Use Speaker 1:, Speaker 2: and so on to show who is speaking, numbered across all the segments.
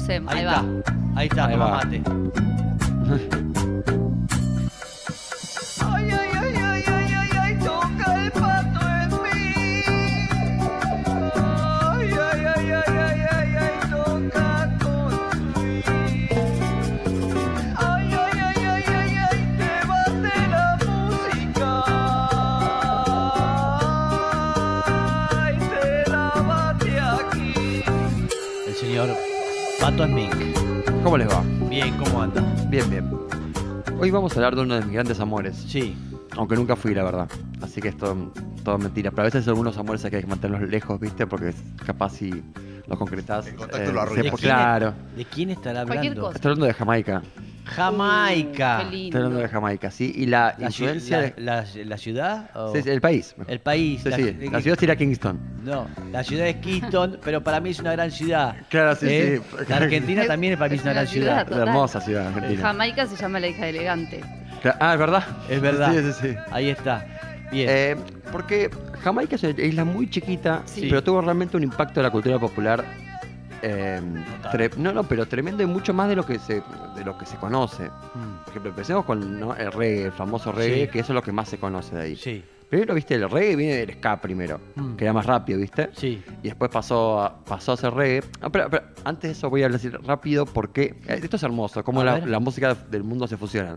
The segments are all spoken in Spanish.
Speaker 1: hacemos.
Speaker 2: Ahí,
Speaker 1: Ahí,
Speaker 2: está.
Speaker 1: va.
Speaker 2: Ahí está,
Speaker 3: Ahí
Speaker 2: toma
Speaker 3: va.
Speaker 2: mate. Ay, ay, ay, ay, ay, ay, ay, toca el pato en mí. Ay, ay, ay, ay, ay, ay, ay, toca construir. Ay, ay, ay, ay, ay, ay, te vas de la música. Ay, te la bate aquí. El señor Pato Smink.
Speaker 3: ¿Cómo les va?
Speaker 2: Bien, ¿cómo anda?
Speaker 3: Bien, bien. Hoy vamos a hablar de uno de mis grandes amores,
Speaker 2: Sí,
Speaker 3: aunque nunca fui, la verdad. Así que esto todo mentira. Pero a veces algunos amores hay que mantenerlos lejos, ¿viste? Porque es capaz si los concretás. eh,
Speaker 4: El contacto lo arruina.
Speaker 3: se-
Speaker 2: ¿De quién es?
Speaker 3: Claro.
Speaker 2: ¿de quién estará
Speaker 1: Cualquier
Speaker 2: hablando?
Speaker 1: cosa.
Speaker 3: Estoy hablando de Jamaica.
Speaker 2: Jamaica.
Speaker 1: Uh, qué
Speaker 3: Estoy hablando de
Speaker 1: lindo.
Speaker 3: Jamaica, sí. Y la,
Speaker 2: La, ci-
Speaker 3: influencia
Speaker 2: la-
Speaker 3: de.
Speaker 2: la- la ciudad? o-
Speaker 3: Sí, sí, el país. mejor.
Speaker 2: El país.
Speaker 3: Sí, sí. La ciudad sería Kingston.
Speaker 2: No, la ciudad es Kingston, pero para mí es una gran ciudad.
Speaker 3: Claro, sí,
Speaker 2: ¿eh?
Speaker 3: sí.
Speaker 2: La Argentina también para mí es una gran ciudad.
Speaker 3: La hermosa ciudad argentina.
Speaker 1: Jamaica se llama la hija de elegante.
Speaker 3: Cla- Ah, es verdad.
Speaker 2: Es verdad.
Speaker 3: Sí, sí, sí.
Speaker 2: Ahí está. Bien.
Speaker 3: Eh, porque Jamaica es una isla muy chiquita,
Speaker 2: Sí.
Speaker 3: pero tuvo realmente un impacto en la cultura popular. eh, tre- no, no, pero tremendo y mucho más de lo que se, de lo que se conoce.
Speaker 2: Mm,
Speaker 3: Por ejemplo, empecemos con ¿no? el reggae, el famoso reggae,
Speaker 2: Sí.
Speaker 3: que eso es lo que más se conoce de ahí.
Speaker 2: Sí,
Speaker 3: Primero, viste, el reggae viene del ska primero,
Speaker 2: Mm.
Speaker 3: que era más rápido, viste.
Speaker 2: sí.
Speaker 3: Y después pasó a, pasó a ser reggae. Ah, pero, pero antes de eso voy a decir rápido porque eh, esto es hermoso, cómo
Speaker 2: A
Speaker 3: la,
Speaker 2: ver.
Speaker 3: la música del mundo se fusionan.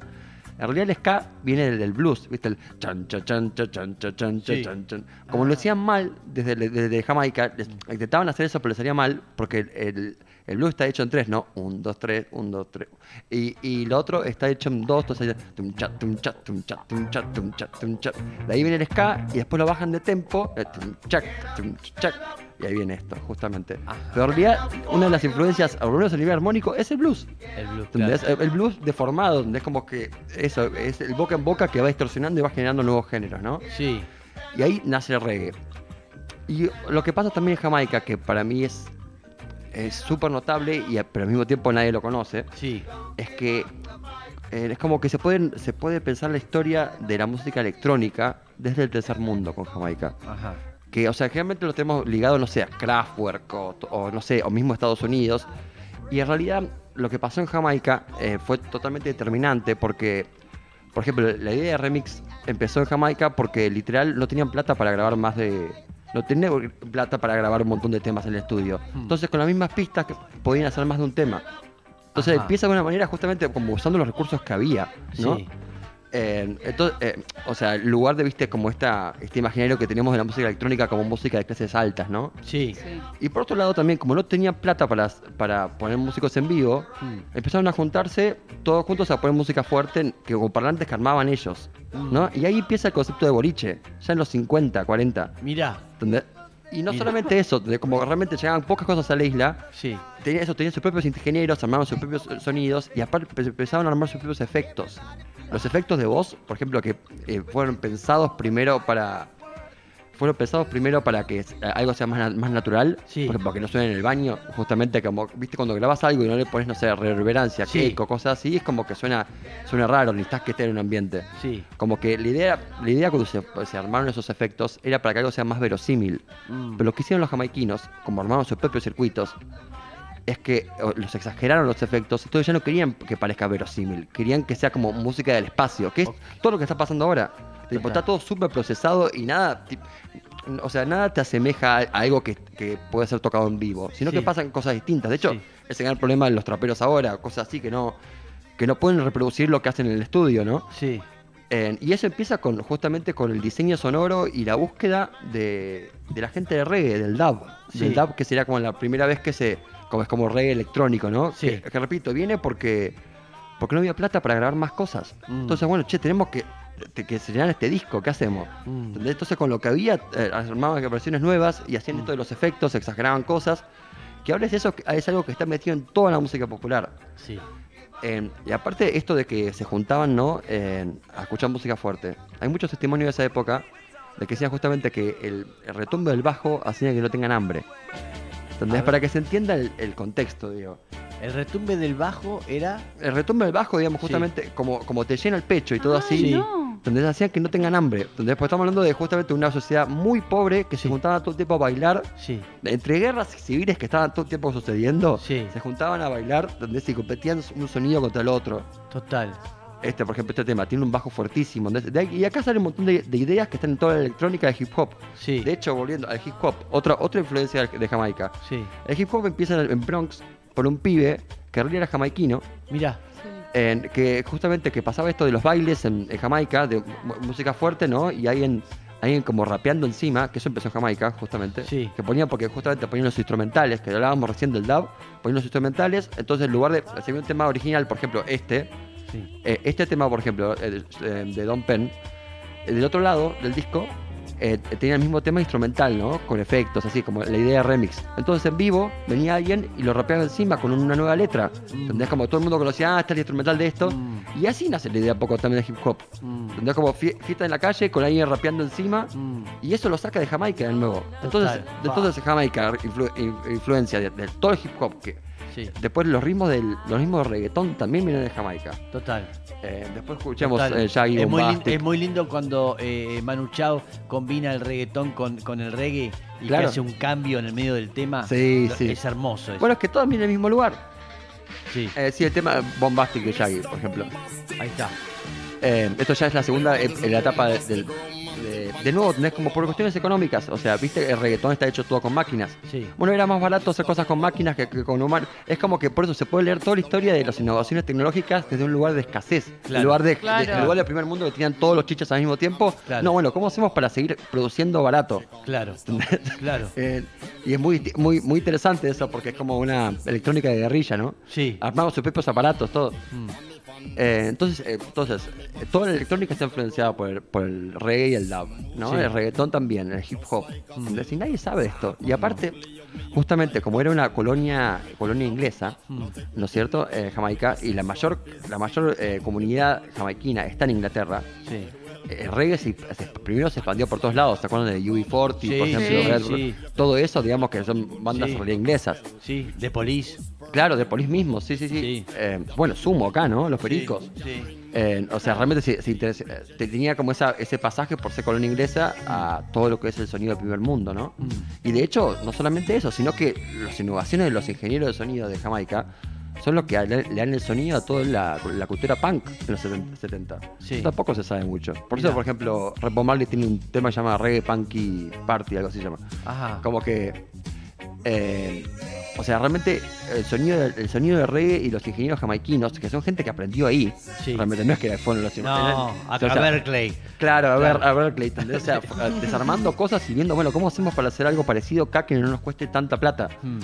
Speaker 3: En realidad el ska viene del, del blues, ¿viste? El chan, chan, chan, chan, chan, chan, chan,
Speaker 2: Sí.
Speaker 3: chan, chan. Como lo hacían mal desde, desde Jamaica, les- intentaban hacer eso, pero les salía mal porque el, el- el blues está hecho en tres, ¿no? Un, dos, tres, un, dos, tres. Y, y lo otro está hecho en dos, entonces ahí- tum, cha, tum, cha, tum, cha, tum, cha, tum, cha, tum, cha. De ahí viene el ska y después lo bajan de tempo, eh, tum, chac, tum, chac. Y ahí viene esto, justamente. Pero en realidad, una de las influencias, al menos a nivel armónico, es el blues.
Speaker 2: El blues. claro.
Speaker 3: ¿Entendés? El blues deformado, donde es como que eso, es el boca en boca que va distorsionando y va generando nuevos géneros, ¿no?
Speaker 2: Sí.
Speaker 3: Y ahí nace el reggae. Y lo que pasa también en Jamaica, que para mí es es súper notable, y, a- pero al mismo tiempo nadie lo conoce,
Speaker 2: Sí,
Speaker 3: es que eh, es como que se, pueden, se puede pensar la historia de la música electrónica desde el tercer mundo con Jamaica.
Speaker 2: ajá.
Speaker 3: Que, o sea, generalmente lo tenemos ligado, no sé, a Kraftwerk o, t- o no sé, o mismo Estados Unidos. Y en realidad lo que pasó en Jamaica eh, fue totalmente determinante porque, por ejemplo, la idea de remix empezó en Jamaica porque literal no tenían plata para grabar más de... No tenían plata para grabar un montón de temas en el estudio.
Speaker 2: Hmm.
Speaker 3: Entonces con las mismas pistas que podían hacer más de un tema. Entonces
Speaker 2: Ajá.
Speaker 3: empieza de una manera justamente como usando los recursos que había. ¿no?
Speaker 2: Sí.
Speaker 3: Eh, entonces, eh, o sea, el lugar de, viste, como esta, este imaginario que tenemos de la música electrónica como música de clases altas, ¿no?
Speaker 2: Sí.
Speaker 1: Sí.
Speaker 3: Y por otro lado también, como no tenían plata para, para poner músicos en vivo,
Speaker 2: Mm,
Speaker 3: empezaron a juntarse todos juntos a poner música fuerte que con parlantes que armaban ellos, ¿no? Y ahí empieza el concepto de boliche, ya en los 50, 40,
Speaker 2: Mirá.
Speaker 3: ¿entendés? Y no
Speaker 2: Mira.
Speaker 3: solamente eso, de como realmente llegaban pocas cosas a la isla,
Speaker 2: Sí.
Speaker 3: tenía, eso, tenían sus propios ingenieros, armaban sus propios eh, sonidos y aparte pe- empezaron a armar sus propios efectos. Los efectos de voz, por ejemplo, que eh, fueron pensados primero para. Fueron pensados primero para que eh, algo sea más, na- más natural,
Speaker 2: Sí.
Speaker 3: por ejemplo, que no suene en el baño, justamente como, viste, cuando grabas algo y no le pones, no sé, reverberancia,
Speaker 2: Sí.
Speaker 3: eco, cosas así, es como que suena, suena raro, necesitas que esté en un ambiente.
Speaker 2: Sí.
Speaker 3: Como que la idea, la idea cuando se, pues, se armaron esos efectos era para que algo sea más verosímil.
Speaker 2: Mm,
Speaker 3: Pero lo que hicieron los jamaiquinos, como armaron sus propios circuitos, es que o, los exageraron los efectos, entonces ya no querían que parezca verosímil, querían que sea como música del espacio, que es
Speaker 2: Ok.
Speaker 3: todo lo que está pasando ahora. Tipo,
Speaker 2: Total.
Speaker 3: está todo súper procesado y nada, ti- o sea, nada te asemeja a a algo que, que puede ser tocado en vivo, sino
Speaker 2: Sí.
Speaker 3: que pasan cosas distintas. De hecho,
Speaker 2: Sí.
Speaker 3: ese gran problema de los traperos ahora, cosas así que no, que no pueden reproducir lo que hacen en el estudio, ¿no?
Speaker 2: Sí.
Speaker 3: Eh, y eso empieza con justamente con el diseño sonoro y la búsqueda de, de la gente de reggae, del dub.
Speaker 2: Sí.
Speaker 3: Del dub que sería como la primera vez que se. como es como reggae electrónico, ¿no?
Speaker 2: Sí.
Speaker 3: Que, que repito, viene porque. porque no había plata para grabar más cosas.
Speaker 2: Mm.
Speaker 3: Entonces, bueno, che, tenemos que. te- que señalar este disco, ¿qué hacemos?
Speaker 2: Mm,
Speaker 3: ¿Entendés? Entonces con lo que había, eh, armaban versiones nuevas y hacían
Speaker 2: Mm.
Speaker 3: esto de los efectos, exageraban cosas. Que ahora es eso, es algo que está metido en toda la música popular.
Speaker 2: Sí.
Speaker 3: Eh, y aparte esto de que se juntaban, ¿no? Eh, a escuchar música fuerte. Hay muchos testimonios de esa época de que decían justamente que el, el retumbo del bajo hacía que no tengan hambre.
Speaker 2: A
Speaker 3: ¿Entendés?
Speaker 2: ver.
Speaker 3: Para que se entienda el, el contexto, digo.
Speaker 2: El retumbe del bajo era.
Speaker 3: El retumbo del bajo, digamos,
Speaker 2: Sí.
Speaker 3: justamente como, como te llena el pecho y todo
Speaker 1: Ay,
Speaker 3: así.
Speaker 1: no.
Speaker 3: donde hacían que no tengan hambre. Donde después estamos hablando de justamente una sociedad muy pobre que se juntaba todo el tiempo a bailar.
Speaker 4: Sí.
Speaker 3: Entre guerras civiles que estaban todo el tiempo sucediendo,
Speaker 4: Sí.
Speaker 3: se juntaban a bailar donde se competían un sonido contra el otro.
Speaker 4: Total.
Speaker 3: Este, por ejemplo, este tema tiene un bajo fuertísimo. ¿entendés? De ahí- y acá sale un montón de, de ideas que están en toda la electrónica de hip hop.
Speaker 4: Sí.
Speaker 3: De hecho, volviendo al hip hop, otra, otra influencia de Jamaica.
Speaker 4: Sí.
Speaker 3: El hip hop empieza en, el- en Bronx por un pibe que en realidad era jamaiquino,
Speaker 4: Mirá.
Speaker 3: en- que justamente que pasaba esto de los bailes en, en Jamaica, de mu- música fuerte, ¿no? Y alguien, alguien como rapeando encima, que eso empezó en Jamaica, justamente.
Speaker 4: Sí.
Speaker 3: Que ponían, porque justamente ponían los instrumentales, que hablábamos recién del dub, ponían los instrumentales, entonces en lugar de recibir un tema original, por ejemplo, este,
Speaker 4: Sí.
Speaker 3: eh, este tema, por ejemplo, eh, de- eh, de Don Penn, eh, del otro lado del disco, eh, tenía el mismo tema instrumental, ¿no? Con efectos, así como la idea de remix. Entonces en vivo venía alguien y lo rapeaba encima con una nueva letra. ¿Entendés? Como todo el mundo conocía, ah, está el instrumental de esto.
Speaker 4: Mm.
Speaker 3: Y así nace la idea un poco también de hip hop.
Speaker 4: Mm.
Speaker 3: ¿Entendés? Como fie- fiesta en la calle con alguien rapeando encima.
Speaker 4: Mm.
Speaker 3: Y eso lo saca de Jamaica de nuevo. Entonces,
Speaker 4: Total,
Speaker 3: de
Speaker 4: va.
Speaker 3: entonces Jamaica influ- in- influencia de, de todo el hip hop. Que
Speaker 4: Sí.
Speaker 3: después los ritmos del los ritmos de reggaetón también vienen de Jamaica.
Speaker 4: Total.
Speaker 3: Eh, después escuchamos
Speaker 4: Total.
Speaker 3: eh, Shaggy
Speaker 4: es, muy lindo,
Speaker 3: Bombastic.
Speaker 4: es muy lindo cuando eh, Manu Chao combina el reggaetón con, con el reggae y que
Speaker 3: Claro.
Speaker 4: hace un cambio en el medio del tema.
Speaker 3: Sí,
Speaker 4: Lo-
Speaker 3: sí.
Speaker 4: Es hermoso. eso.
Speaker 3: Bueno, es que todos vienen del mismo lugar.
Speaker 4: sí,
Speaker 3: Eh, sí, el tema Bombastic de Shaggy, por ejemplo.
Speaker 4: ahí está.
Speaker 3: Eh, esto ya es la segunda eh, la etapa de, del- de- de nuevo, tenés como por cuestiones económicas. O sea, viste, el reggaetón está hecho todo con máquinas.
Speaker 4: Sí.
Speaker 3: Bueno, era más barato hacer cosas con máquinas que, que con humanos. Es como que por eso se puede leer toda la historia de las innovaciones tecnológicas desde un lugar de escasez.
Speaker 4: Claro.
Speaker 3: El lugar de,
Speaker 1: Claro.
Speaker 3: de- el lugar del primer mundo que tenían todos los chichas al mismo tiempo.
Speaker 4: Claro.
Speaker 3: No, bueno, ¿cómo hacemos para seguir produciendo barato?
Speaker 4: Claro. claro.
Speaker 3: Eh, y es muy, muy, muy interesante eso porque es como una electrónica de guerrilla, ¿no?
Speaker 4: Sí.
Speaker 3: Armamos sus propios aparatos, todo.
Speaker 4: Mm.
Speaker 3: Eh, entonces, eh, entonces eh, toda la electrónica está influenciada por el, por el reggae y el dub, ¿no?
Speaker 4: Sí.
Speaker 3: El reggaetón también, el hip hop. Y nadie sabe de esto. Y aparte, justamente como era una colonia, colonia inglesa,
Speaker 4: Mm.
Speaker 3: ¿no es cierto? Eh, Jamaica, y la mayor, la mayor eh, comunidad jamaiquina está en Inglaterra.
Speaker 4: Sí.
Speaker 3: El Eh, reggae se- se- primero se expandió por todos lados, ¿se acuerdan de UB40,
Speaker 4: Sí,
Speaker 3: por ejemplo?
Speaker 1: sí,
Speaker 3: Red-
Speaker 4: sí.
Speaker 3: Todo eso, digamos que son bandas
Speaker 4: Sí.
Speaker 3: en realidad inglesas.
Speaker 4: Sí. De Police.
Speaker 3: Claro, de Polis mismo, sí, sí, sí.
Speaker 4: Sí.
Speaker 3: Eh, bueno, sumo acá, ¿no? Los pericos.
Speaker 4: Sí.
Speaker 3: Eh, o sea, realmente se, se interesa- eh, te- tenía como esa, ese pasaje por ser colonia inglesa a todo lo que es el sonido del primer mundo, ¿no?
Speaker 4: Mm.
Speaker 3: Y de hecho, no solamente eso, sino que las innovaciones de los ingenieros de sonido de Jamaica son los que le, le dan el sonido a toda la, la cultura punk de los 70. 70.
Speaker 4: Sí.
Speaker 3: Eso Tampoco se sabe mucho. Por
Speaker 4: Mirá.
Speaker 3: eso, por ejemplo, Red Bob Marley tiene un tema llamado Reggae Punky Party, algo así se llama.
Speaker 4: Ajá.
Speaker 3: Como que. eh, o sea, realmente el sonido, del- el sonido de reggae y los ingenieros jamaiquinos, que son gente que aprendió ahí.
Speaker 4: Sí.
Speaker 3: Realmente no es que fueron los
Speaker 4: No, a,
Speaker 3: o sea,
Speaker 4: a Berkeley.
Speaker 3: Claro, a ver,
Speaker 4: Claro.
Speaker 3: a ver, Clayton. O sea, fu- desarmando cosas y viendo, bueno, ¿cómo hacemos para hacer algo parecido acá que no nos cueste tanta plata?
Speaker 4: Mm.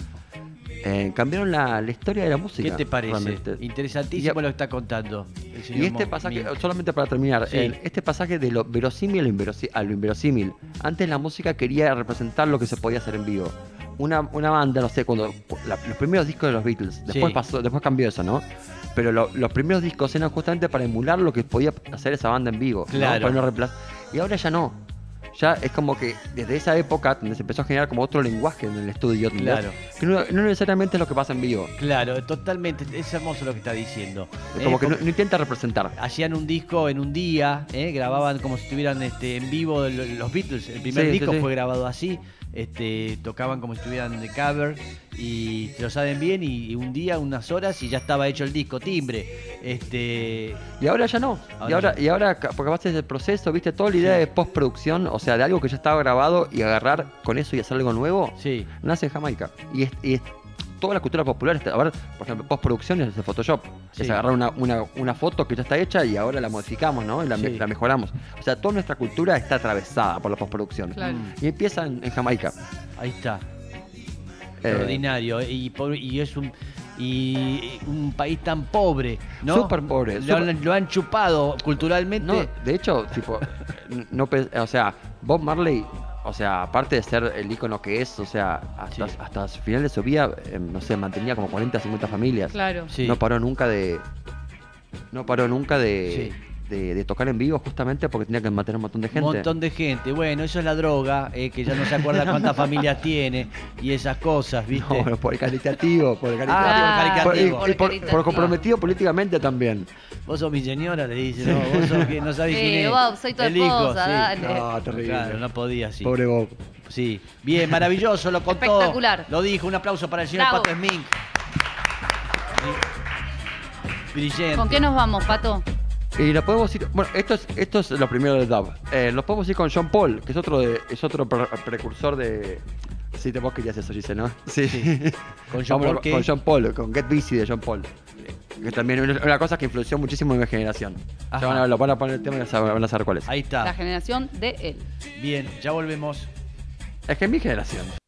Speaker 3: Eh, cambiaron la, la historia de la música.
Speaker 4: ¿Qué te parece?
Speaker 3: realmente.
Speaker 4: Interesantísimo
Speaker 3: Y-
Speaker 4: lo que está contando. el señor
Speaker 3: Y este
Speaker 4: Monk.
Speaker 3: pasaje,
Speaker 4: Mira.
Speaker 3: solamente para terminar,
Speaker 4: Sí.
Speaker 3: el- este pasaje de lo verosímil a lo inverosí- a lo inverosímil. Antes la música quería representar lo que se podía hacer en vivo. Una, una banda, no sé, cuando la- los primeros discos de los Beatles, después
Speaker 4: Sí.
Speaker 3: pasó, después cambió eso, ¿no? Pero lo- los primeros discos eran justamente para emular lo que podía hacer esa banda en vivo. ¿no?
Speaker 4: Claro.
Speaker 3: Para no reemplaz- y ahora ya no. Ya es como que desde esa época donde se empezó a generar como otro lenguaje en el estudio. ¿entendés?
Speaker 4: Claro.
Speaker 3: Que no, no necesariamente es lo que pasa en vivo.
Speaker 4: Claro, totalmente. Es hermoso lo que está diciendo.
Speaker 3: Es
Speaker 4: Eh,
Speaker 3: como que no- no intenta representar.
Speaker 4: Hacían un disco en un día, eh, grababan como si estuvieran este, en vivo lo- los Beatles. El primer
Speaker 3: Sí, sí,
Speaker 4: disco
Speaker 3: sí.
Speaker 4: fue grabado así, este, tocaban como si estuvieran de cover y lo saben bien y, y un día, unas horas y ya estaba hecho el disco, timbre. Este,
Speaker 3: Y ahora ya no. y
Speaker 4: Ahora
Speaker 3: ahora,
Speaker 4: ya.
Speaker 3: y ahora ca- porque capaz es el proceso, viste, toda la idea de postproducción, o sea, de algo que ya estaba grabado y agarrar con eso y hacer algo nuevo,
Speaker 4: sí,
Speaker 3: nace en Jamaica. Y es, y es- toda la cultura popular está, a ver, por ejemplo, postproducción es el Photoshop.
Speaker 4: Sí.
Speaker 3: Es agarrar una, una, una foto que ya está hecha y ahora la modificamos, ¿no? Y la, me-
Speaker 4: Sí.
Speaker 3: la mejoramos. O sea, toda nuestra cultura está atravesada por la postproducción.
Speaker 1: Claro.
Speaker 3: Y empieza en, en Jamaica.
Speaker 4: ahí está.
Speaker 3: Eh,
Speaker 4: Extraordinario. eh, Y, pobre- y es un, y un país tan pobre, ¿no?
Speaker 3: Súper pobre,
Speaker 4: Lo,
Speaker 3: súper-
Speaker 4: han- lo han chupado culturalmente.
Speaker 3: No, de hecho, tipo, no, pe- o sea, Bob Marley, o sea, aparte de ser el ícono que es, o sea, hasta,
Speaker 4: Sí.
Speaker 3: hasta el final de su vida, eh, no sé, mantenía como 40, 50 familias.
Speaker 1: Claro.
Speaker 4: Sí.
Speaker 3: No paró nunca de. No paró nunca de.
Speaker 4: Sí.
Speaker 3: de- de tocar en vivo justamente porque tenía que matar a un montón de gente.
Speaker 4: Un montón de gente. Bueno, eso es la droga, eh, que ya no se acuerda cuántas familias tiene y esas cosas, ¿viste?
Speaker 3: No, pero por el caritativo, por el caritativo.
Speaker 4: Ah, por
Speaker 3: Por- y-
Speaker 4: caritativo.
Speaker 3: y por-
Speaker 1: Por
Speaker 3: por
Speaker 1: caritativo.
Speaker 3: comprometido políticamente también.
Speaker 4: Vos sos mi señora, le dice. No, vos sos que no sabés
Speaker 1: Sí,
Speaker 4: quién es.
Speaker 1: Bob, soy tu
Speaker 4: El hijo,
Speaker 1: esposa,
Speaker 4: sí.
Speaker 1: dale.
Speaker 3: No, terrible.
Speaker 4: Claro, no podía, sí.
Speaker 3: Pobre Bob.
Speaker 4: Sí. Bien, maravilloso, lo contó.
Speaker 1: Espectacular.
Speaker 4: Lo dijo. Un aplauso para el señor
Speaker 1: Bravo.
Speaker 4: Pato Smink. Brillante.
Speaker 1: ¿Con qué nos vamos, Pato?
Speaker 3: Y lo podemos ir. Bueno, esto es, esto es lo primero del dub. Eh, lo podemos ir con John Paul, que es otro de, es otro pre- precursor de. Sí, te vos querías eso, Gise, ¿no? Sí.
Speaker 4: Con John
Speaker 3: Vamos
Speaker 4: Paul, ¿qué?
Speaker 3: Con John Paul, con Get Busy de John Paul. Que también es una cosa que influenció muchísimo en mi generación.
Speaker 4: Ajá.
Speaker 3: Ya van a, lo van a poner el tema y ya saben- van a saber cuál es.
Speaker 4: Ahí
Speaker 1: La
Speaker 4: está.
Speaker 1: generación de él.
Speaker 4: Bien, ya volvemos.
Speaker 3: Es que es mi generación.